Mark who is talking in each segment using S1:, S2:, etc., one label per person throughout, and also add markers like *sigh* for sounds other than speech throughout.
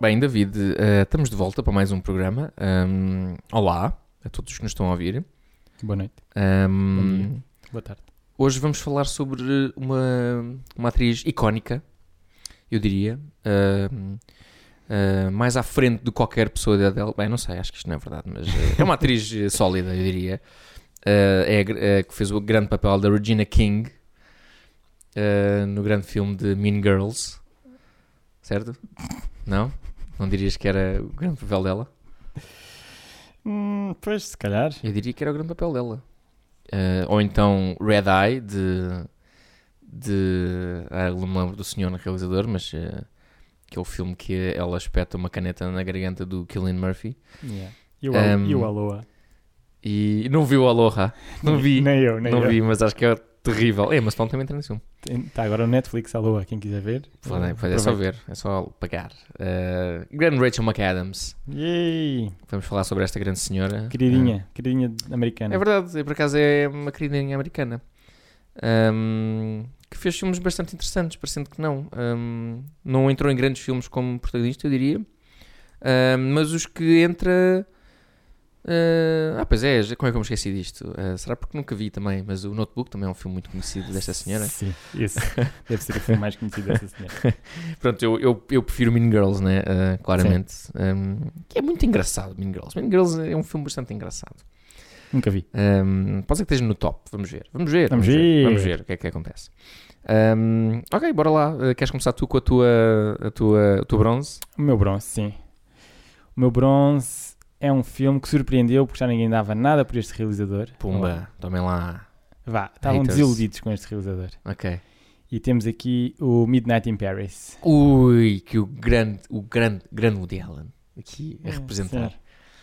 S1: Bem, David, eh, estamos de volta para mais um programa. Ahm, olá a todos que nos estão a ouvir.
S2: Boa noite.
S1: Ahm,
S2: Bom dia. Boa tarde.
S1: hoje vamos falar sobre uma, uma atriz icónica, eu diria. Ahm, ah, mais à frente de qualquer pessoa da Adele. Bem, não sei, acho que isto não é verdade, mas eh, é uma atriz eh, *laughs* sólida, eu diria. Ah, é a gr- eh, que fez o grande papel da Regina King ah, no grande filme de Mean Girls. Certo? Não? Não dirias que era o grande papel dela?
S2: Hum, pois, se calhar.
S1: Eu diria que era o grande papel dela. Eh, ou então Red Eye de. de ah, não me lembro do senhor no realizador, mas. eh, que é o filme que ela espeta uma caneta na garganta do Killian Murphy.
S2: Yeah. E, o Al-
S1: Um,
S2: e o Aloha?
S1: E não viu Aloha. Não *laughs* vi.
S2: Nem eu, nem
S1: não
S2: eu.
S1: vi, mas acho que é terrível. É, mas Stone também tem nesse filme.
S2: Está tá agora no Netflix Aloha, quem quiser ver.
S1: Podem- podem- é só ver, é só pagar. Eh, grande Rachel McAdams.
S2: Yay!
S1: Vamos falar sobre esta grande senhora.
S2: Queridinha, queridinha
S1: Ah.
S2: americana.
S1: É verdade, e por acaso é uma queridinha americana Ahm, que fez filmes bastante interessantes, parecendo que não. Ahm, não entrou em grandes filmes como protagonista, eu diria, Ahm, mas os que entra. ah, ah, pois é, já- como é que eu me esqueci disto? Ah, será porque nunca vi também, mas o Notebook também é um filme muito conhecido desta senhora.
S2: Sim,
S1: *laughs*
S2: esse deve ser o filme mais conhecido dessa senhora.
S1: Pronto, eu, eu, eu prefiro Mean Girls, né? Ah, claramente. Ahm, que é muito engraçado, Mean Girls. Mean Girls é um filme bastante engraçado.
S2: Nunca vi.
S1: Um, pode ser que esteja no top. Vamos ver. Vamos ver.
S2: Vamos
S1: ver.
S2: ver.
S1: Vamos ver o que é que acontece. Um, ok, bora lá. Uh, queres começar tu com a tua, a tua, o teu bronze?
S2: O meu bronze, sim. O meu bronze é um filme que surpreendeu porque já ninguém dava nada por este realizador.
S1: Pumba, tomem lá.
S2: Vá, estavam
S1: Haters.
S2: desiludidos com este realizador.
S1: Ok.
S2: E temos aqui o Midnight in Paris.
S1: Ui, que o grande, o grande, grande Woody Allen
S2: Tá.
S1: aqui a representar.
S2: Sim.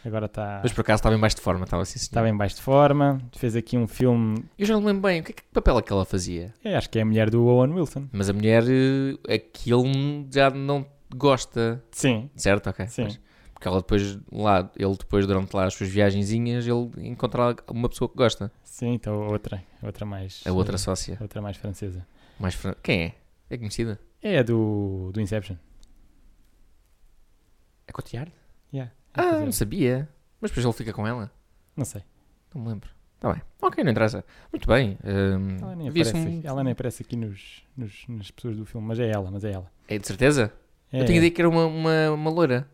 S2: Agora tá- está
S1: Mas por acaso estava em mais de forma, estava assim.
S2: estava em baixo de forma, fez aqui um filme,
S1: Eu já não me lembro bem. O que, é que papel é que ela fazia?
S2: é, acho que é a mulher do Owen Wilson.
S1: Mas a mulher, eh, aquilo já não gosta.
S2: Sim,
S1: Certo, ok.
S2: Sim.
S1: Pois. Porque ela depois, lá, ele depois, durante lá as suas viagenzinhas, ele encontra uma pessoa que gosta.
S2: sim, então a outra, a outra mais...
S1: A outra
S2: eh,
S1: sócia.
S2: a outra mais francesa.
S1: Mais fran- Quem é? É conhecida?
S2: É a do, do Inception.
S1: É Cotillard?
S2: Yeah, é
S1: Ah,
S2: fazer-
S1: não sabia. Mas depois ele fica com ela.
S2: não sei.
S1: Não me lembro. Está bem. Ok, não interessa. Muito bem. Ahm,
S2: Ela nem,
S1: havia-se
S2: aparece,
S1: um-
S2: aqui- ela nem aparece aqui nos, nos- nas pessoas do filme, mas é ela, mas é ela.
S1: É de certeza?
S2: É.
S1: Eu tinha ideia que era uma, uma, uma loira.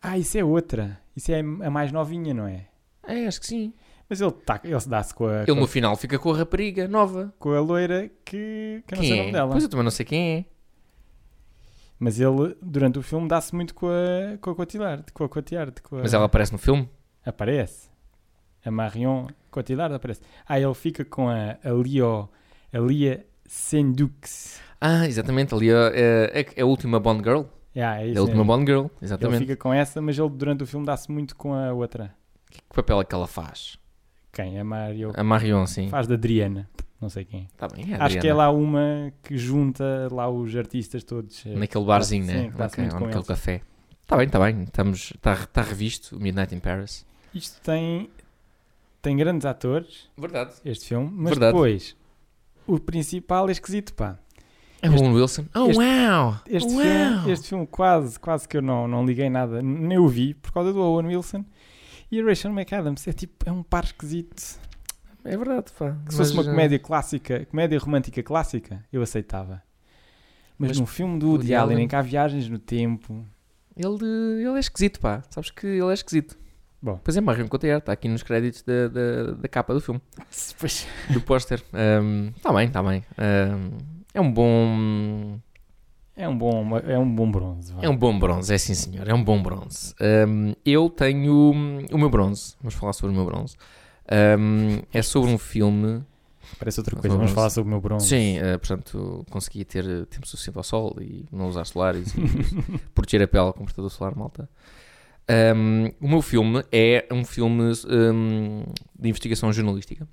S2: Ah, isso é outra. Isso é a mais novinha, não é?
S1: É, acho que sim.
S2: Mas ele, tá, ele se dá-se com a,
S1: Ele
S2: com,
S1: no final fica com a rapariga nova.
S2: com a loira que, que eu não sei o
S1: Quem
S2: nome
S1: é?
S2: dela.
S1: Pois eu também não sei quem é.
S2: Mas ele, durante o filme, dá-se muito com a, com a Cotillard. Com a Cotillard com a-
S1: Mas ela aparece no filme?
S2: Aparece. A Marion Cotillard aparece. Ah, ele fica com a, a Lio... A Lia Sendux.
S1: Ah, exatamente. Ali é, é, é a última Bond Girl.
S2: Ah,
S1: É
S2: é isso
S1: a última
S2: mesmo.
S1: Bond Girl.
S2: Ele
S1: Exatamente.
S2: fica com essa, mas ele, durante o filme, dá-se muito com a outra.
S1: Que papel é que ela faz?
S2: Quem? A Mario...
S1: A Marion, sim.
S2: Faz da Adriana. Não sei quem.
S1: Tá bem, é a
S2: Acho que é
S1: Adriana.
S2: lá uma que junta lá os artistas todos. eh,
S1: Naquele barzinho, né?
S2: Sim, dá-se
S1: Ok,
S2: muito
S1: ou
S2: com
S1: naquele
S2: eles.
S1: café. Tá bem, tá bem. Estamos, tá, tá revisto o Midnight in Paris.
S2: Isto tem, tem grandes atores,
S1: Verdade.
S2: este filme, mas
S1: Verdade.
S2: depois o principal é esquisito, pá.
S1: É o Owen Wilson. Oh,
S2: este-
S1: wow!
S2: Este,
S1: wow!
S2: filme, este filme quase, quase que eu não, não liguei nada, nem o vi, por causa do Owen Wilson e a Rachel McAdams. É tipo, é um par esquisito. Se
S1: É verdade, pá. eh, Se
S2: fosse uma comédia clássica, comédia romântica clássica, eu aceitava. Mas,
S1: Mas
S2: num filme do
S1: Woody
S2: Woody Allen,
S1: Allen-
S2: em que há viagens
S1: *laughs*
S2: no tempo,
S1: Ele, ele é esquisito, pá. Sabes que ele é esquisito.
S2: Bom.
S1: Pois é, Marion Cotillard. Está aqui nos créditos da, da, da capa do filme.
S2: pois,
S1: Do *laughs* póster. Ahm, Tá bem, tá bem. Ahm, é um bom...
S2: é, um bom, é um bom bronze. vá.
S1: É um bom bronze, é sim senhor, é um bom bronze. Ahm, eu tenho hum, o meu bronze, vamos falar sobre o meu bronze. Ahm, é sobre um filme.
S2: Parece outra
S1: Um
S2: coisa, vamos
S1: bronze.
S2: falar sobre o meu bronze.
S1: Sim, ah, portanto, consegui ter eh, tempo suficiente ao sol e não usar solares
S2: *laughs*
S1: e proteger a pele com protetor solar, malta. Ahm, o meu filme é um filme hum, de investigação jornalística.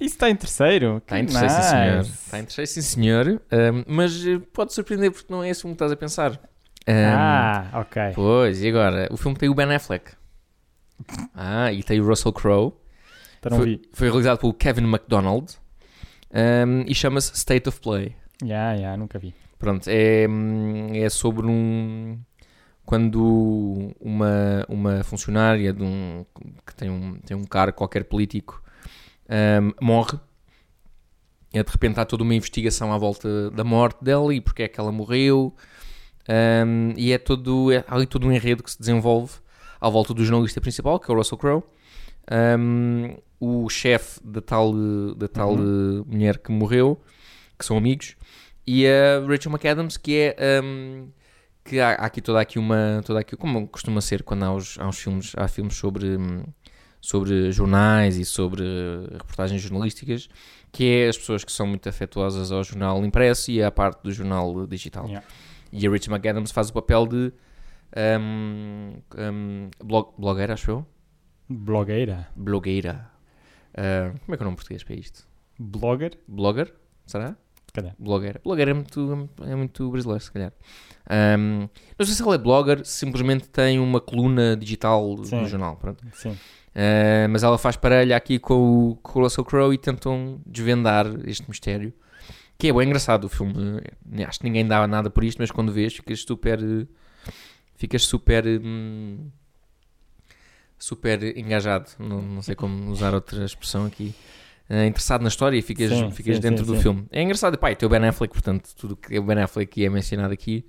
S2: Isso está em terceiro?
S1: Está Tá
S2: Que
S1: em terceiro, sim senhor.
S2: nice.
S1: Está em terceiro, sim senhor. Ahm, mas eh, pode surpreender porque não é esse filme que estás a pensar. Hum, Ahm,
S2: Ah, ok.
S1: É. Pois, e agora? O filme tem o Ben Affleck. Ah, e tem o Russell Crowe.
S2: Então não vi.
S1: Foi realizado pelo Kevin MacDonald um, e chama-se State of Play.
S2: Já, já, nunca vi.
S1: Pronto, é, hum, é sobre um, quando uma, uma funcionária de um, que tem um, tem um cargo qualquer político ahm, morre, é, de repente há toda uma investigação à volta da morte dela e porque é que ela morreu, ahm, e é todo, é, há ali todo um enredo que se desenvolve à volta do jornalista principal, que é o Russell Crowe, ahm, o chefe da tal, da tal eh, mulher que morreu, que são amigos, e a Rachel McAdams, que é. ahm, que há, há aqui toda aqui uma toda aqui como costuma ser quando há os, há uns filmes há filmes sobre hum, sobre jornais e sobre eh, reportagens jornalísticas que é as pessoas que são muito afetuosas ao jornal impresso e à parte do jornal digital
S2: Yeah.
S1: e a Rich McAdams faz o papel de hum, hum, blog, blogueira acho eu
S2: Blogueira.
S1: blogueira Ah, como é que é o nome português para isto
S2: Blogger?
S1: blogger será
S2: Se calhar.
S1: blogueira. Blogueira é muito, é muito brasileiro, se calhar. Ahm, não sei se ela é blogger, simplesmente tem uma coluna digital
S2: Sim.
S1: no jornal. Pronto.
S2: Sim.
S1: Ah, mas ela faz parelha aqui com o, com o Russell Crowe e tentam desvendar este mistério. Que é bem engraçado o filme. eh, Acho que ninguém dava nada por isto, mas quando vês ficas super. eh, Ficas super. hum, super engajado. Não, não sei como usar outra expressão aqui. Eh, interessado na história e ficas,
S2: Sim,
S1: ficas
S2: sim,
S1: dentro
S2: sim,
S1: do
S2: sim.
S1: filme. É engraçado. Pá, e tem o Ben Affleck, portanto, tudo que o Ben Affleck é mencionado aqui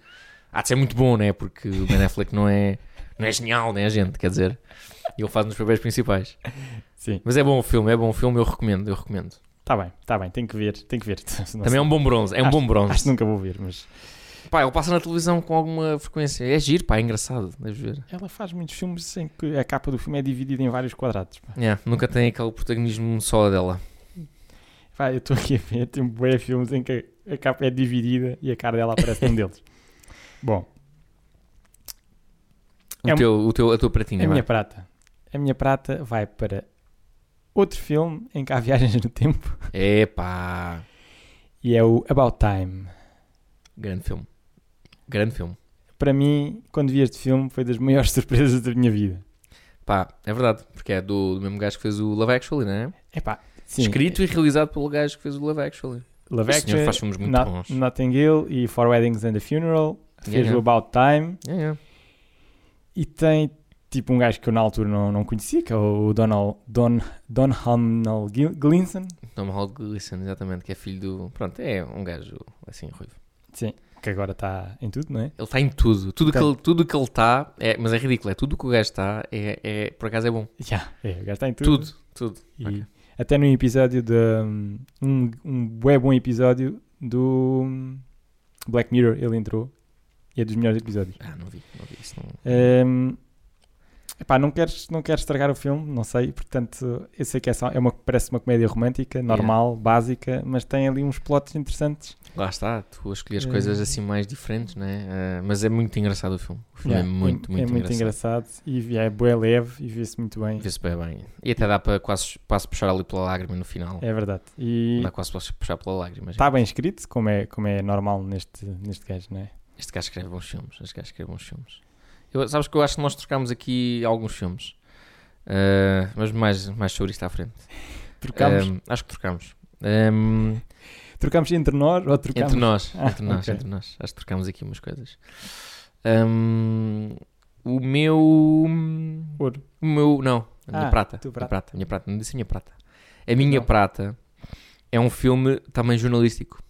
S1: há de ser muito bom, né? Porque o Ben Affleck não é, não é genial, né? A gente, quer dizer. Ele faz nos papéis principais.
S2: Sim.
S1: Mas é bom o filme, é bom o filme, eu recomendo, eu recomendo.
S2: Tá bem, tá bem. Tem que ver. Tem que ver. *laughs* Não
S1: Também é um bom bronze, é um bom
S2: sei. Acho que
S1: bronze.
S2: nunca vou ver, mas...
S1: Pá, ele passa na televisão com alguma frequência. É giro, pá, é engraçado, deves ver.
S2: Ela faz muitos filmes em que a capa do filme é dividida em vários quadrados. pá.
S1: Yeah, nunca tem aquele protagonismo só dela.
S2: Vai, eu estou aqui a ver, tem bué filmes em que a capa é dividida e a cara dela aparece
S1: *laughs*
S2: num deles. Bom,
S1: O
S2: É um-
S1: teu, o teu, a tua
S2: a
S1: pratinha,
S2: minha
S1: vai.
S2: prata. A minha prata vai para outro filme em que há *laughs* viagens no tempo
S1: Epá,
S2: e é o About Time.
S1: grande filme. Grande filme.
S2: Para mim, quando vi este filme, foi das maiores *laughs* surpresas da minha vida.
S1: Pá, é verdade, porque é do, do mesmo gajo que fez o Love Actually, não é?
S2: Epá, sim.
S1: Escrito e realizado pelo gajo que fez o Love Actually.
S2: Love
S1: Este senhor
S2: Actually,
S1: faz filmes muito
S2: Not-
S1: bons.
S2: Notting Hill e Four Weddings and a Funeral. Fez
S1: Yeah, yeah.
S2: o About Time.
S1: É, é.
S2: E tem tipo um gajo que eu na altura não, não conhecia, que é o Donald, Don, Don Hamnall Gil- Glinson,
S1: Tom Hall Gleason, exatamente, que é filho do. Pronto, é um gajo assim, ruivo.
S2: que agora está em tudo, não é?
S1: Ele está em tudo. Tudo que
S2: Tem.
S1: ele, tudo que ele está. É, mas é ridículo, é tudo que o gajo está. É, é, por acaso é bom.
S2: Já, é, o gajo está em tudo.
S1: Tudo, tudo.
S2: E
S1: Ok.
S2: até num episódio de. Um, um bué bom episódio do hum, Black Mirror, ele entrou. E é dos melhores episódios.
S1: Ah, não vi, não vi isso. Não...
S2: Hum, epá, não queres não quero estragar o filme, não sei, portanto, eu sei que é, só, é uma, parece uma comédia romântica, normal, básica, mas tem ali uns plots interessantes.
S1: Lá está, tu a escolher as
S2: É.
S1: coisas assim mais diferentes, né? Ah, mas é muito engraçado o filme. O filme é
S2: Yeah,
S1: muito, muito,
S2: é muito
S1: engraçado.
S2: engraçado. E é bué leve e vê-se muito bem.
S1: Vê-se bem, bem. E até dá para quase, quase puxar ali pela lágrima no final.
S2: É verdade. E Tá.
S1: Dá quase para puxar pela lágrima. gente.
S2: está bem escrito, como é, como é normal neste, neste gajo, não é?
S1: Este gajo escreve bons filmes. Este gajo escreve bons filmes. Eu- sabes que eu acho que nós trocámos aqui alguns filmes. Ah, mas mais, mais sobre isto à frente.
S2: Trocamos,
S1: Ahm, acho que trocámos. Ehm, Ahm,
S2: trocamos entre nós ou trocamos.
S1: entre nós,
S2: Ah,
S1: entre nós,
S2: ok.
S1: entre nós. Acho que trocámos aqui umas coisas. Ahm, o meu. O
S2: Ouro.
S1: meu. Não, a minha
S2: Ah,
S1: prata.
S2: tua
S1: a
S2: prata.
S1: prata. A minha prata. Não disse a minha prata. A minha
S2: Não.
S1: prata é um filme também jornalístico.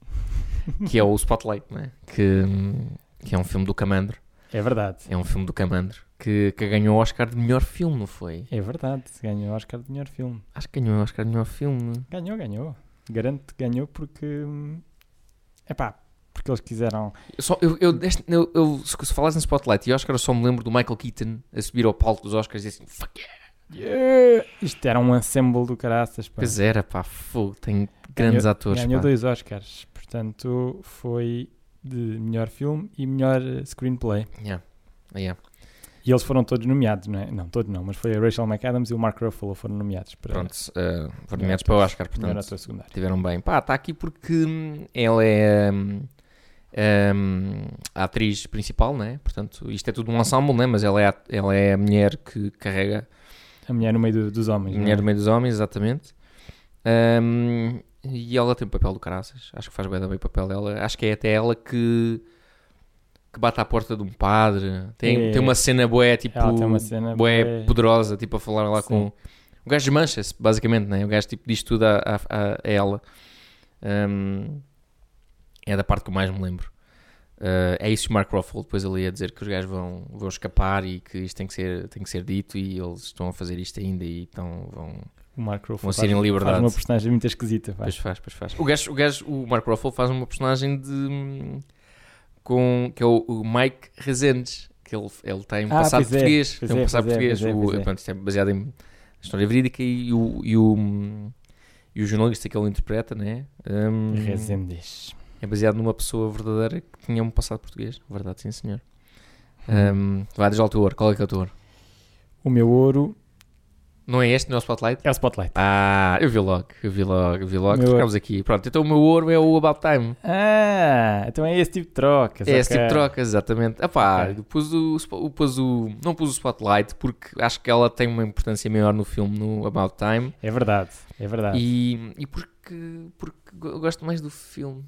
S2: *laughs*
S1: que é o Spotlight, não é? Que, que é um filme do Camandro.
S2: É verdade.
S1: É um filme do Camandro que, que ganhou o Oscar de melhor filme, não foi?
S2: É verdade. Ganhou o Oscar de melhor filme.
S1: Acho que ganhou o Oscar de melhor filme.
S2: Ganhou, ganhou. Garanto que ganhou porque. É pá, porque eles quiseram.
S1: Só, eu, eu, deste- eu- eu- se, se falares em Spotlight e Oscar, eu só me lembro do Michael Keaton a subir ao palco dos Oscars e assim, fuck yeah.
S2: Isto era um ensemble do caraças. Pá.
S1: Pois era, pá, fogo, tem grandes atores.
S2: Ganhou
S1: pá.
S2: dois Oscars. Portanto, foi de melhor filme e melhor eh, screenplay.
S1: Yeah, yeah.
S2: E eles foram todos nomeados, não é? Não, todos não, mas foi a Rachel McAdams e o Mark Ruffalo foram nomeados para
S1: Pronto, eh, foram nomeados para o Oscar,
S2: melhor
S1: portanto,
S2: ator secundário.
S1: tiveram bem. Pá, está aqui porque hum, ela é hum, hum, a atriz principal, né? Portanto, isto é tudo um ensemble, né? Mas ela é, a, ela é a mulher que carrega
S2: A mulher no meio do- dos homens.
S1: Mulher do
S2: não é?
S1: meio dos homens, exatamente. Ahm, um e ela tem o papel do caraças. Acho que faz bem também o papel dela. Acho que é até ela que que bate à porta de um padre. Tem,
S2: É.
S1: tem uma cena boé, tipo,
S2: Ela tem uma cena
S1: bué
S2: né? bué-
S1: poderosa, tipo, a falar lá
S2: Sim.
S1: com. O gajo desmancha-se, basicamente, né? O gajo tipo, diz tudo a, a- a- a ela. Hum, é da parte que eu mais me lembro. Uh, é isso que o Mark Ruffalo depois ali a dizer que os gajos vão, vão escapar e que isto tem que, ser, tem que ser dito e eles estão a fazer isto ainda e então vão...
S2: O Mark Ruffalo
S1: Vão ser
S2: faz-
S1: em liberdade.
S2: Faz uma personagem muito esquisita. pá.
S1: Pois faz, pois faz. O gajo, o gajo, o Mark Ruffalo faz uma personagem de... Com, que é o, o Mike Rezendes, que ele, ele tem um
S2: Ah,
S1: passado
S2: pois é,
S1: português.
S2: pois
S1: tem um
S2: é,
S1: passado
S2: pois é,
S1: português.
S2: pois é,
S1: O-
S2: pois é.
S1: pronto, isto é baseado em história verídica e o, e o, e o jornalista que ele interpreta, né?
S2: Hum.
S1: Um,
S2: Rezendes.
S1: é baseado numa pessoa verdadeira que tinha um passado português. Verdade, sim, senhor.
S2: Hum.
S1: Um, vai, diz lá o teu ouro. Qual é que é o teu ouro?
S2: O meu ouro
S1: Não é este, não é o Spotlight?
S2: é o Spotlight.
S1: Ah, eu vi logo, eu vi logo, eu vi logo.
S2: Meu ouro.
S1: Ficamos aqui. Pronto, então o meu ouro é o About Time.
S2: Ah, então é esse tipo de trocas.
S1: É esse
S2: ok.
S1: tipo de trocas, exatamente. Ah pá,
S2: Ok.
S1: pus o, spo- pus o- não pus o Spotlight porque acho que ela tem uma importância maior no filme, no About Time.
S2: É verdade, é verdade. *laughs*
S1: E, e porque, porque go- eu gosto mais do filme.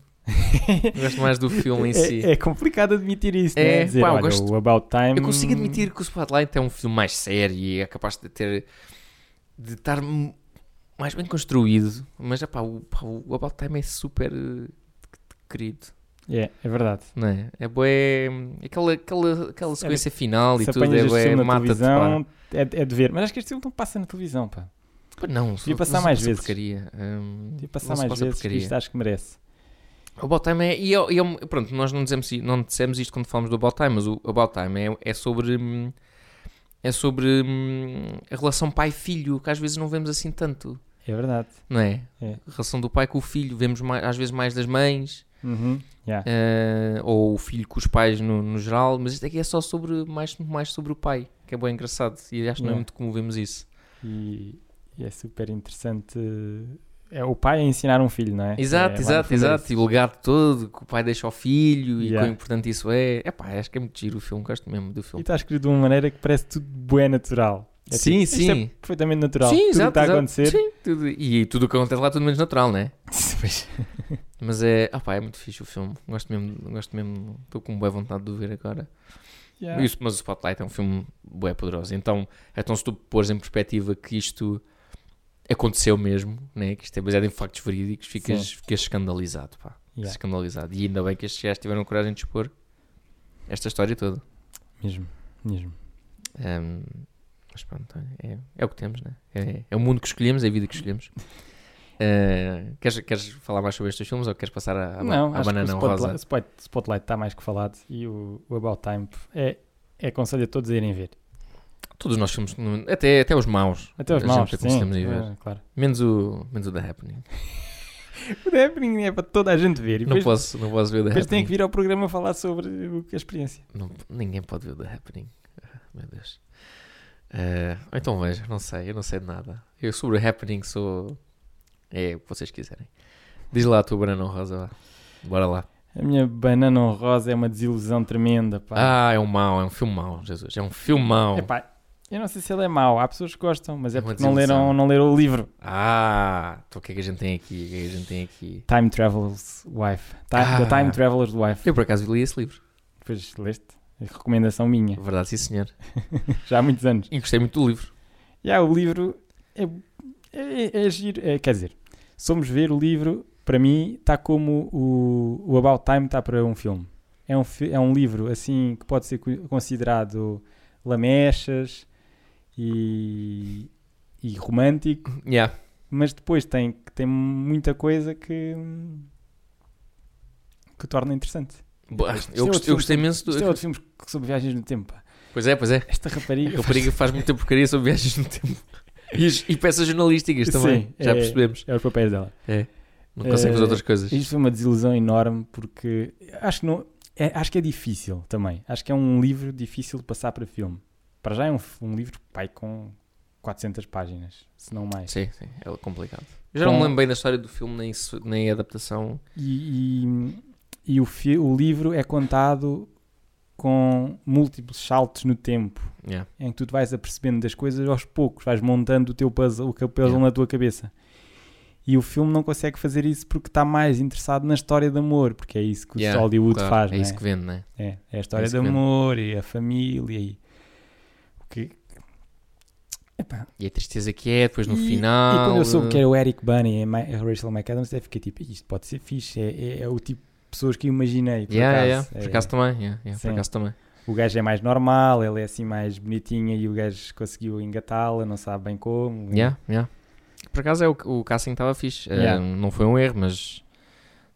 S1: Eu gosto mais
S2: *laughs*
S1: do filme em si.
S2: É, é complicado admitir isso,
S1: É,
S2: né? Dizer,
S1: pá, eu
S2: olha,
S1: gosto-
S2: o About Time...
S1: Eu consigo admitir que o Spotlight é um filme mais sério e é capaz de ter. de estar m- mais bem construído, mas epá, o, pá, o About Time é super eh, querido,
S2: É, é verdade.
S1: não é? É bué. aquela, aquela, aquela sequência final e
S2: Se
S1: tudo,
S2: apanhas
S1: é
S2: este
S1: bué,
S2: filme na
S1: mata-te. pá.
S2: televisão, é, é de ver. Mas acho que este filme não passa na televisão, pá.
S1: Pá, Não, só-
S2: passar
S1: não se
S2: mais
S1: passa
S2: vezes.
S1: Porcaria. hum,
S2: Devia
S1: não
S2: passar
S1: se
S2: mais
S1: passa
S2: vezes, que
S1: porcaria.
S2: isto acho que merece.
S1: O About Time é. E é- e é- pronto, nós não dizemos, i- não dissemos isto quando falamos do About Time, mas o About Time é, é sobre. hum, É sobre hum, a relação pai-filho, que às vezes não vemos assim tanto,
S2: É verdade.
S1: não é?
S2: É.
S1: A relação do pai com o filho, vemos mais- às vezes mais das mães,
S2: Uhum. yeah.
S1: eh, ou o filho com os pais no, no geral, mas isto aqui é só sobre mais, mais sobre o pai, que é bem engraçado, e acho que não é
S2: Yeah.
S1: muito comum vemos isso.
S2: E, e é super interessante. É o pai a ensinar um filho, não é?
S1: Exato,
S2: É, lá no
S1: exato,
S2: fundo é
S1: exato. E o legado todo que o pai deixa ao filho e
S2: Yeah.
S1: quão importante isso é. Epá, acho que é muito giro o filme, gosto mesmo do
S2: E
S1: filme.
S2: está escrito de uma maneira que parece tudo bué natural. É
S1: Sim,
S2: tipo, isto é
S1: sim.
S2: perfeitamente natural.
S1: Sim,
S2: tudo
S1: exato,
S2: está a
S1: exato.
S2: acontecer. *laughs*
S1: Sim, tudo- e tudo o que acontece lá é tudo menos natural, né? *laughs*
S2: Mas-
S1: Mas é, opá, é muito fixe o filme. Gosto mesmo, gosto mesmo, estou com boa vontade de o ver agora.
S2: yeah.
S1: Isso, mas o Spotlight é um filme bué poderoso. Então, então se tu pôres em perspectiva que isto aconteceu mesmo, né? que isto é baseado em factos verídicos, ficas, ficas escandalizado, pá.
S2: Yeah.
S1: Escandalizado. E ainda bem que estes gajos tiveram coragem de expor esta história toda.
S2: Mesmo, mesmo.
S1: Ahm, mas pronto, olha, é, é o que temos, né? É, é o mundo que escolhemos, é a vida que escolhemos. Ah, queres, queres falar mais sobre estes filmes ou queres passar à, à, ba-
S2: não,
S1: à
S2: acho
S1: banana
S2: que o
S1: rosa?
S2: Spotlight, Spot- Spotlight está mais que falado e o, o About Time é, é aconselho a todos a irem ver.
S1: Todos nós filmes, no- até, até os maus,
S2: Até os
S1: a
S2: maus,
S1: gente é
S2: sim.
S1: aconselhamos a ir ver.
S2: ah, claro.
S1: Menos, o, menos o The Happening.
S2: O The Happening é para toda a gente ver. E
S1: Não
S2: depois,
S1: posso, não posso ver o The
S2: depois tem
S1: Happening.
S2: que vir ao programa falar sobre o que é a experiência.
S1: Não- ninguém pode ver o The Happening. Ah, Meu Deus. Ah, ou então veja, não sei, eu não sei de nada. Eu sobre o Happening sou. É o que vocês quiserem. Diz lá a tua banana rosa. Lá. Bora lá.
S2: A minha banana honrosa é uma desilusão tremenda, pá.
S1: Ah, é um mau, é um filme mau, Jesus. É um filme mau.
S2: Epá, eu não sei se ele é mau. Há pessoas que gostam, mas é
S1: É uma
S2: porque não
S1: desilusão.
S2: leram, não leram o livro.
S1: Ah, então o que é que a gente tem aqui? O que é que a gente tem aqui?
S2: Time Traveler's Wife. Ti-
S1: Ah.
S2: The Time Traveler's Wife.
S1: Eu por acaso li esse livro.
S2: Depois leste. Recomendação minha.
S1: É Verdade, sim, senhor.
S2: Já há muitos anos.
S1: E gostei muito do livro.
S2: E há o livro é, é, é giro. É, quer dizer, somos ver o livro, para mim, está como o, o About Time está para um filme. É um, fi- é um livro assim que pode ser co- considerado lamechas e, e romântico,
S1: Yeah.
S2: mas depois tem, tem muita coisa que, que torna interessante.
S1: Boa,
S2: Isto é
S1: Eu, gostei,
S2: outro
S1: eu
S2: filme.
S1: gostei imenso
S2: Isto é
S1: do.
S2: outro filme que- sobre viagens no tempo. pá.
S1: Pois é, pois *laughs* é.
S2: Esta
S1: A
S2: rapariga.
S1: rapariga faz muita porcaria sobre viagens no
S2: *laughs*
S1: tempo. E, as- e peças jornalísticas também.
S2: Sim,
S1: já
S2: é-
S1: percebemos.
S2: *laughs* É os papéis dela.
S1: Não consegue fazer
S2: é-
S1: outras coisas.
S2: Isto foi uma desilusão enorme porque acho que, não, é, acho que é difícil também. Acho que é um livro difícil de passar para filme. Para já é um, f- um livro pai, com 400 páginas, se não mais.
S1: Sim, sim, é complicado. Eu já não me lembro bem da história do filme, nem, se- nem a adaptação.
S2: E, e, e o, fi- o livro é contado com múltiplos saltos no tempo,
S1: Yeah.
S2: em que tu te vais apercebendo das coisas aos poucos, vais montando o teu puzzle, o teu puzzle
S1: Yeah.
S2: na tua cabeça. E o filme não consegue fazer isso porque está mais interessado na história de amor, porque é isso que o
S1: Yeah,
S2: Hollywood
S1: claro,
S2: faz,
S1: É
S2: não
S1: isso que vende, né?
S2: é, é a história
S1: isso
S2: de
S1: que vende.
S2: amor e a família e o que Epá,
S1: E a tristeza que é, depois no
S2: E-
S1: final.
S2: E quando eu soube que era o Eric Bunny e a Ma- a Rachel McAdams, eu fiquei tipo, isto pode ser fixe, é, é- é o tipo de pessoas que eu imaginei. Por
S1: Yeah,
S2: acaso,
S1: yeah, por
S2: É,
S1: acaso também. yeah, yeah, por
S2: Sim.
S1: acaso também.
S2: O gajo é mais normal, ele é assim mais bonitinho e o gajo conseguiu engatá-la, não sabe bem como.
S1: Yeah, yeah. Por acaso é o, o casting estava fixe. Eh,
S2: Yeah.
S1: não foi um erro, mas.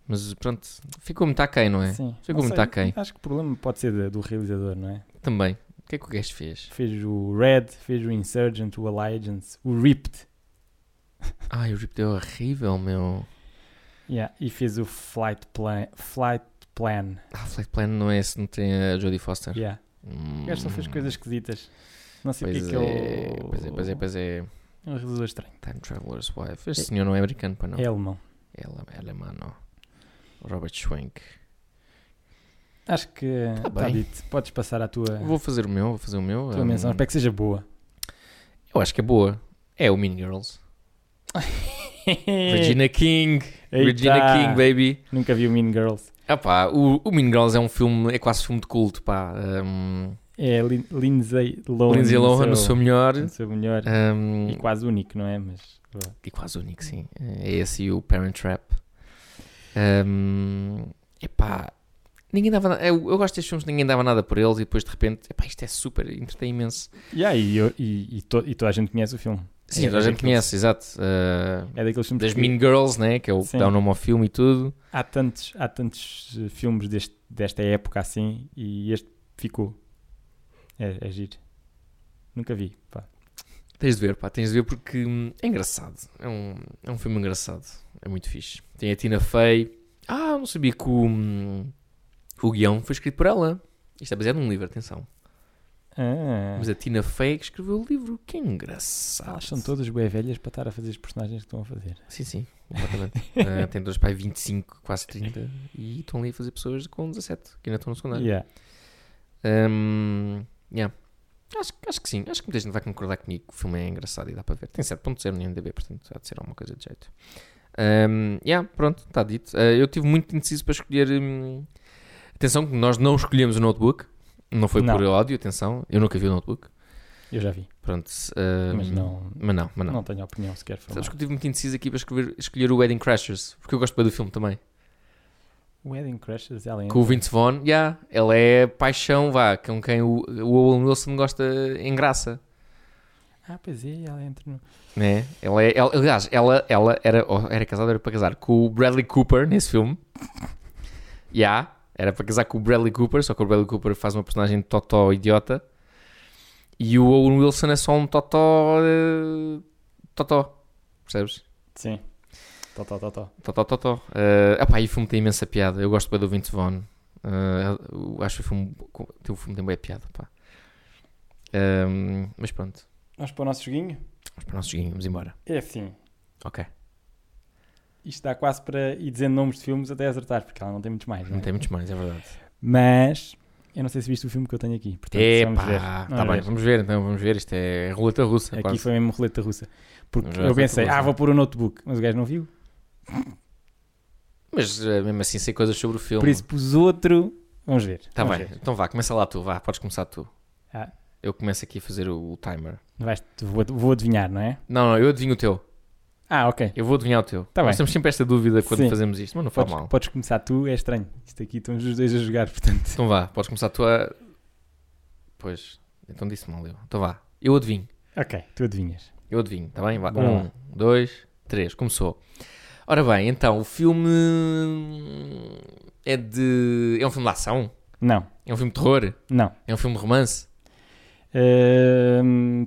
S1: Mas pronto, ficou muito aquém, não é?
S2: Sim.
S1: Ficou
S2: Não
S1: muito
S2: sei,
S1: aquém.
S2: Acho que o problema pode ser da- do realizador, não é?
S1: Também. O que é que o gajo fez?
S2: Fez o Red, fez o Insurgent, o Allegiance, o Ripped
S1: Ai, o Rip é horrível, meu.
S2: yeah, e fez o Flight Plan. Flight plan.
S1: Ah, Flight Plan não é esse, não tem a Jodie Foster.
S2: Yeah.
S1: Hum,
S2: O gajo só fez coisas esquisitas. Não sei
S1: Pois
S2: porque
S1: é,
S2: que ele.
S1: pois é, pois é, pois é.
S2: É um realizador estranho.
S1: Time Traveler's Wife. Este senhor não é americano, para não.
S2: É alemão.
S1: Ela é alemão. Robert Schwenk.
S2: Acho que está
S1: Tá bem.
S2: dito. Podes passar à tua,
S1: Vou fazer o meu, vou fazer o meu.
S2: É. tua
S1: hum,
S2: menção. Espero que seja boa.
S1: Eu acho que é boa. É o Mean Girls. *laughs* Regina King.
S2: Eita.
S1: Regina King, baby.
S2: Nunca vi o Mean Girls.
S1: Ah pá, o, o Mean Girls é um filme, é quase filme de culto, pá. Um,
S2: É Lin- Lindsay Lohan.
S1: Lindsay Lohan no seu melhor.
S2: no seu melhor.
S1: hum,
S2: E quase único, não é? Mas.
S1: e quase único, sim. É esse e o Parent Trap. Um, epá, ninguém dava nada. Eu, eu gosto destes filmes, ninguém dava nada por eles e depois de repente, epá, isto é super, entretém imenso.
S2: Yeah, e, eu- e, e, to- e toda a gente conhece o filme.
S1: Sim,
S2: É
S1: toda a gente
S2: daqueles-
S1: conhece, exato. Uh,
S2: É daqueles filmes
S1: das
S2: que
S1: Mean Girls, né? Que é o que
S2: Sim.
S1: dá o nome ao filme e tudo.
S2: há tantos, há tantos eh, filmes deste, desta época assim e este ficou. É, é giro. Nunca vi. Pá.
S1: Tens de ver, pá, tens de ver porque hum, é engraçado. É um, é um filme engraçado. É muito fixe. Tem a Tina Fey. Ah, eu não sabia que o, hum, o guião foi escrito por ela. Isto é baseado num livro, atenção.
S2: Ah,
S1: Mas a Tina Fey é que escreveu o livro. Que
S2: elas
S1: engraçado.
S2: Ah, são todas bem velhas para estar a fazer os personagens que estão a fazer.
S1: Sim, sim, completamente. Ah, tem dois pai 25, quase 30. E estão ali a fazer pessoas com 17, que ainda estão no secundário.
S2: Yeah.
S1: Hum, yeah. Acho, acho que sim, acho que muita gente vai concordar comigo que o filme é engraçado e dá para ver. Tem 7.0 no IMDb, portanto há de ser alguma coisa de jeito. Hum, yeah, pronto, está dito. Ah, eu tive muito indeciso para escolher. hum, Atenção, que nós não escolhemos o notebook. Não foi por
S2: Não.
S1: ódio, atenção. Eu nunca vi o notebook.
S2: Eu já vi,
S1: Pronto. hum,
S2: mas não,
S1: Mas não, mas
S2: não.
S1: não.
S2: tenho opinião sequer formada.
S1: Sabes que eu tive muito indeciso aqui para escrever- escolher o Wedding Crashers, porque eu gosto bem do filme também.
S2: Wedding Crashers, ela
S1: Com o
S2: entra.
S1: Vince Vaughn, yeah, ela é paixão, vá, com quem o, o Owen Wilson gosta em graça,
S2: Ah, pois é, ela entra no...
S1: né? Ela é, ela, aliás, ela, ela era, ou era casada, era para casar com o Bradley Cooper nesse filme. Yeah, era para casar com o Bradley Cooper, só que o Bradley Cooper faz uma personagem de totó idiota. E o Owen Wilson é só um totó... eh, totó, percebes?
S2: Sim. Tó, tó, tó, tó.
S1: Tó, tó, tó, tó. Ah, epá, e o filme tem imensa piada. Eu gosto bem do Vince Vaughn. Ah, eu acho que o filme, o filme tem boa piada. Pá. Ahm, mas pronto,
S2: Vamos para o nosso joguinho?
S1: vamos para o nosso joguinho, vamos embora.
S2: É assim,
S1: Ok,
S2: isto dá quase para ir dizendo nomes de filmes até acertar, porque ela não tem muitos mais, não
S1: não
S2: é?
S1: tem muitos mais, é verdade.
S2: Mas, eu não sei se viste o filme que eu tenho aqui, portanto, é um vamos ver.
S1: Epá, tá
S2: Vamos
S1: bem,
S2: ver.
S1: vamos ver então, vamos ver. Isto é roleta russa.
S2: Aqui
S1: quase.
S2: foi mesmo roleta russa. Porque
S1: Vamos ver a
S2: eu
S1: roleta
S2: pensei,
S1: russa.
S2: ah, vou pôr o notebook, mas o gajo não viu.
S1: Mas ah, mesmo assim sei coisas sobre o filme.
S2: Por isso pus outro. Vamos ver.
S1: tá
S2: vamos
S1: bem,
S2: ver.
S1: então vá, começa lá tu, vá, podes começar tu.
S2: Ah.
S1: Eu começo aqui a fazer o, o timer.
S2: Vais- vou, vou adivinhar, não é?
S1: Não, não, eu adivinho o teu.
S2: Ah, ok.
S1: Eu vou adivinhar o teu.
S2: Tá
S1: Nós
S2: bem.
S1: temos sempre esta dúvida quando
S2: Sim.
S1: fazemos isto, mas não faz
S2: Podes,
S1: mal.
S2: podes começar tu, é estranho. Isto aqui estamos os dois a jogar, *laughs* portanto.
S1: Então vá, podes começar tu a. Pois, então disse mal eu. Então vá, eu adivinho,
S2: Ok, tu adivinhas.
S1: eu adivinho, tá bem? Vá.
S2: Bora
S1: Um,
S2: lá.
S1: dois, três, começou. Ora bem, então o filme. É de. É um filme de ação?
S2: Não,
S1: É um filme de terror?
S2: não.
S1: É um filme de romance?
S2: Ahm, Hum,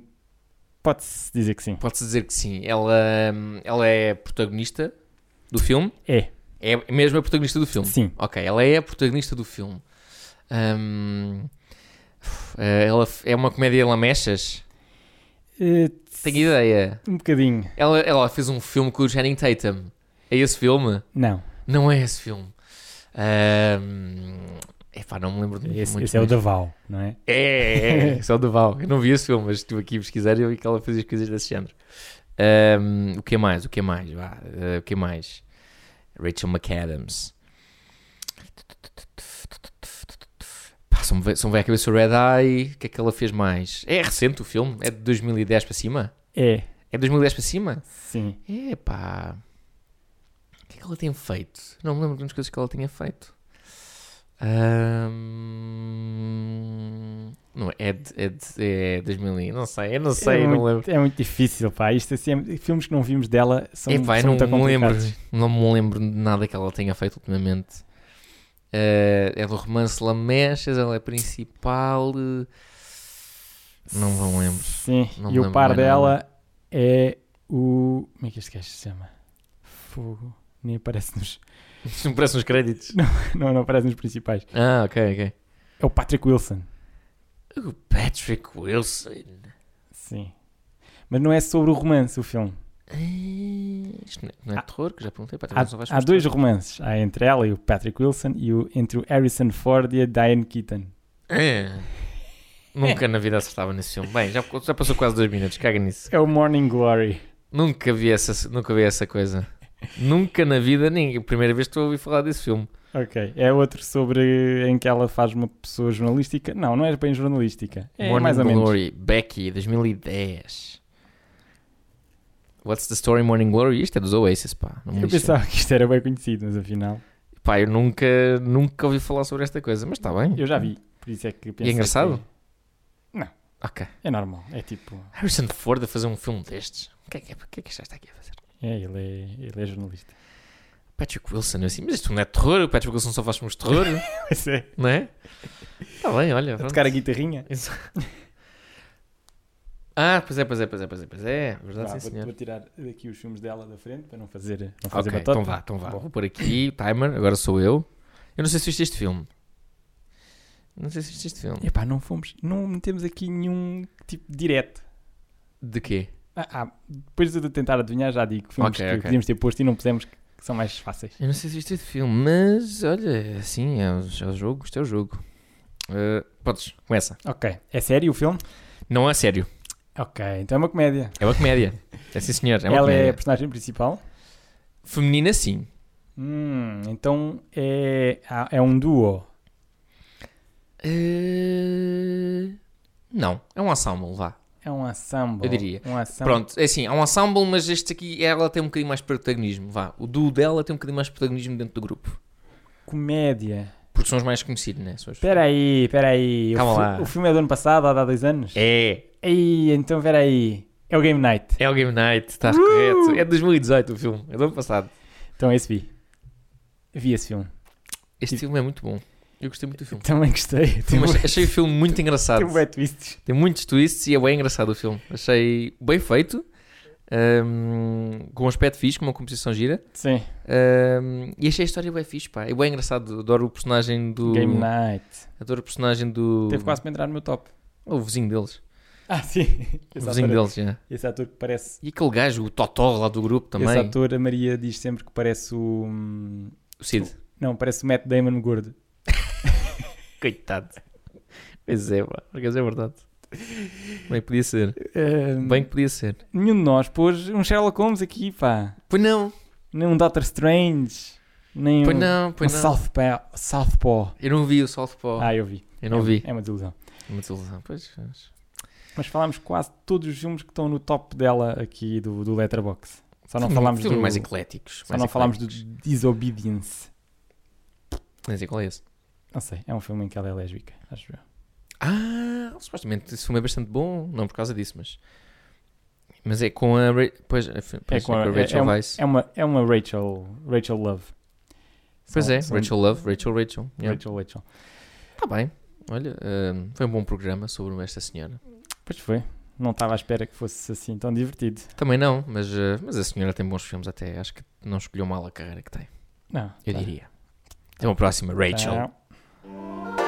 S2: Pode-se dizer que sim.
S1: Pode-se dizer que sim. Ela, ela é protagonista do filme?
S2: É,
S1: É mesmo a protagonista do filme?
S2: sim.
S1: Ok, ela é a protagonista do filme. Ahm, uf, eh, ela f- é uma comédia lamechas?
S2: Eh,
S1: Tenho ideia.
S2: um bocadinho.
S1: Ela, ela fez um filme com o Channing Tatum. É esse filme?
S2: Não,
S1: Não é esse filme. Ahm, Epá, não me lembro de
S2: esse,
S1: muito
S2: esse é o
S1: mesmo.
S2: Daval, não é?
S1: É, é, é, esse é o Duval. Eu não vi esse filme, mas estive aqui a pesquisar e eu vi que ela fazia coisas desse género. Ahm, o que é mais? O que é mais? Vá, eh, o que é mais? Rachel McAdams. Pá, só me veio só me veio à cabeça o Red Eye. O que é que ela fez mais? É recente o filme? É de 2010 para cima?
S2: É,
S1: É de 2010 para cima?
S2: sim.
S1: É pá. O que é que ela tem feito? Não me lembro de umas coisas que ela tinha feito. Ahm, Não, é de, é de é 2000. e- Não sei, eu não sei,
S2: é,
S1: eu não
S2: muito,
S1: lembro.
S2: é muito difícil, pá. Isto assim, é- filmes que não vimos dela são,
S1: Epá, eu
S2: são muito
S1: não me lembro,
S2: complicados.
S1: não me lembro de nada que ela tenha feito ultimamente. Eh, é do romance Lamechas, ela é principal. eh, Não me lembro.
S2: Sim,
S1: Não me
S2: e o
S1: lembro
S2: par
S1: mais nada.
S2: dela é o. Como é que este gajo se chama? Fogo. Nem aparece nos. *laughs*
S1: Isto me parece uns créditos.
S2: Não, não aparece nos principais.
S1: *laughs* Ah, ok, ok.
S2: É o Patrick Wilson.
S1: O Patrick Wilson.
S2: Sim. Mas não é sobre o romance o filme.
S1: Eh, Isto não é, não é
S2: Há-
S1: terror, que é- eu já perguntei. Patrick
S2: Ah. Há,
S1: Wilson, vais
S2: há
S1: mostrar.
S2: dois romances. Há entre ela e o Patrick Wilson e o, entre o Harrison Ford e a Diane Keaton.
S1: Eh, Nunca na vida acertava nesse filme. Bem, já, já passou quase dois minutos, caga nisso.
S2: É o Morning Glory.
S1: Nunca vi essa, nunca vi essa coisa. Nunca na vida, nem a primeira vez que estou a ouvir falar desse filme.
S2: Ok. É outro sobre em que ela faz uma pessoa jornalística. Não, não é bem jornalística. É
S1: Morning
S2: mais ou menos.
S1: Glory, Becky, 2010. What's the story Morning Glory? Isto é dos Oasis, pá. Não me
S2: Eu
S1: lixem.
S2: pensava que isto era bem conhecido, mas afinal.
S1: Pá, eu nunca, nunca ouvi falar sobre esta coisa, mas está bem.
S2: Eu já vi. Por isso é que pensei.
S1: engraçado? Ok.
S2: que- É normal. É tipo.
S1: Harrison Ford a fazer um filme destes. O que é que, o que, é que já está aqui a fazer?
S2: É, ele é, ele é jornalista.
S1: Patrick Wilson, eu assim, mas isto não é terror, o Patrick Wilson só faz filmes de terror,
S2: *laughs* Pois é.
S1: não é? Está bem, olha.
S2: A
S1: pronto.
S2: tocar a guitarrinha.
S1: Ah, pois é, pois é, pois é, pois é, pois é. Verdade, sim,
S2: Vá, vou,
S1: senhor.
S2: vou tirar daqui os filmes dela da frente para não fazer, não fazer
S1: Ok,
S2: batota.
S1: então vá, então vá.
S2: Bom.
S1: Vou pôr aqui o timer, agora sou eu. Eu não sei se viste este filme. Não sei se viste este filme.
S2: Epá, não fomos, não metemos aqui nenhum tipo direto.
S1: De quê?
S2: Ah, ah, depois de tentar adivinhar, já digo filmes
S1: Ok,
S2: que
S1: ok.
S2: podíamos ter posto e não pusemos que que são mais fáceis.
S1: Eu não sei se viste este filme, mas olha, assim, é o, é o jogo, isto é o jogo. Eh, podes, começa.
S2: Ok, é sério o filme?
S1: Não é sério,
S2: Ok, então é uma comédia.
S1: é uma *laughs* comédia. é sim, senhor, é uma
S2: Ela é a
S1: comédia.
S2: personagem principal.
S1: Feminina, sim.
S2: Hum, então é, ah, é um duo.
S1: Eh, não, é um ensemble, vá.
S2: É um ensemble.
S1: Eu diria.
S2: Um ensemble.
S1: Pronto, é assim, é um ensemble, mas este aqui, ela tem um bocadinho mais protagonismo, vá. O duo dela tem um bocadinho mais protagonismo dentro do grupo.
S2: Comédia.
S1: Porque são os mais conhecidos, né? São os-
S2: Espera aí, espera aí. O
S1: Calma
S2: fi-
S1: lá.
S2: O filme é do ano passado, há de há dois anos?
S1: É,
S2: Ei, então espera aí. É o Game Night.
S1: é o Game Night,
S2: Uh!
S1: estás correto. É de 2018 o filme, é do ano passado.
S2: Então esse vi. Vi esse filme.
S1: Este
S2: Sim.
S1: filme é muito bom. Eu gostei muito do filme.
S2: Também gostei. *laughs* Tem
S1: Filme-
S2: bué-
S1: achei o filme muito engraçado.
S2: tem bué twists.
S1: Tem muitos twists e é bem engraçado o filme. Achei bem feito, ahm, com um aspecto fixe, com uma composição gira.
S2: Sim.
S1: ahm, e achei a história bem fixe, pá. É bem engraçado. Adoro o personagem do.
S2: Game Night.
S1: Adoro o personagem do.
S2: Teve quase para entrar no meu top.
S1: O vizinho deles.
S2: Ah, sim.
S1: O
S2: *laughs* Esse
S1: vizinho
S2: ator,
S1: deles, já.
S2: esse ator que parece.
S1: E aquele gajo, o Totó lá do grupo também.
S2: Esse ator, a Maria diz sempre que parece o. hum,
S1: O Cid.
S2: Não, parece o Matt Damon gordo.
S1: Coitado. Pois é, pá. Por acaso é verdade. Bem, podia ser.
S2: Hum,
S1: Bem que podia ser.
S2: Nenhum de nós pôs um Sherlock Holmes aqui, pá.
S1: Pois não,
S2: Nem um Doctor Strange. Nem
S1: pois
S2: um,
S1: não,
S2: um
S1: pois não. Oh.
S2: Southpaw. Southpaw.
S1: Eu não vi o Southpaw.
S2: Ah, eu vi.
S1: eu não
S2: É-
S1: vi.
S2: É uma desilusão.
S1: Uma desilusão. Pois, mas-
S2: Mas falámos quase todos os filmes que estão no top dela aqui do, do Letterboxd. Só não
S1: Filme-
S2: falámos
S1: filmes
S2: do,
S1: mais ecléticos.
S2: só não falámos do Disobedience.
S1: Não sei qual é esse.
S2: Não sei, é um filme em que ela é lésbica, acho eu.
S1: Ah, supostamente esse filme é bastante bom. Não por causa disso, mas... Mas é com a... Ra- Pois, é, pois, é com a, Rachel
S2: uma-
S1: Weisz.
S2: É uma, é uma Rachel, Rachel Love.
S1: pois
S2: São-
S1: é,
S2: são-
S1: Rachel Love, Rachel Rachel. Yeah.
S2: Rachel, Rachel.
S1: Tá bem. Olha, hum, foi um bom programa sobre esta senhora.
S2: Pois foi, não estava à espera que fosse assim tão divertido.
S1: Também não, mas, uh, mas a senhora tem bons filmes até. Acho que não escolheu mal a carreira que tem.
S2: Não,
S1: Eu
S2: tá. Ah,
S1: diria. Até uma próxima, Rachel.
S2: Tá.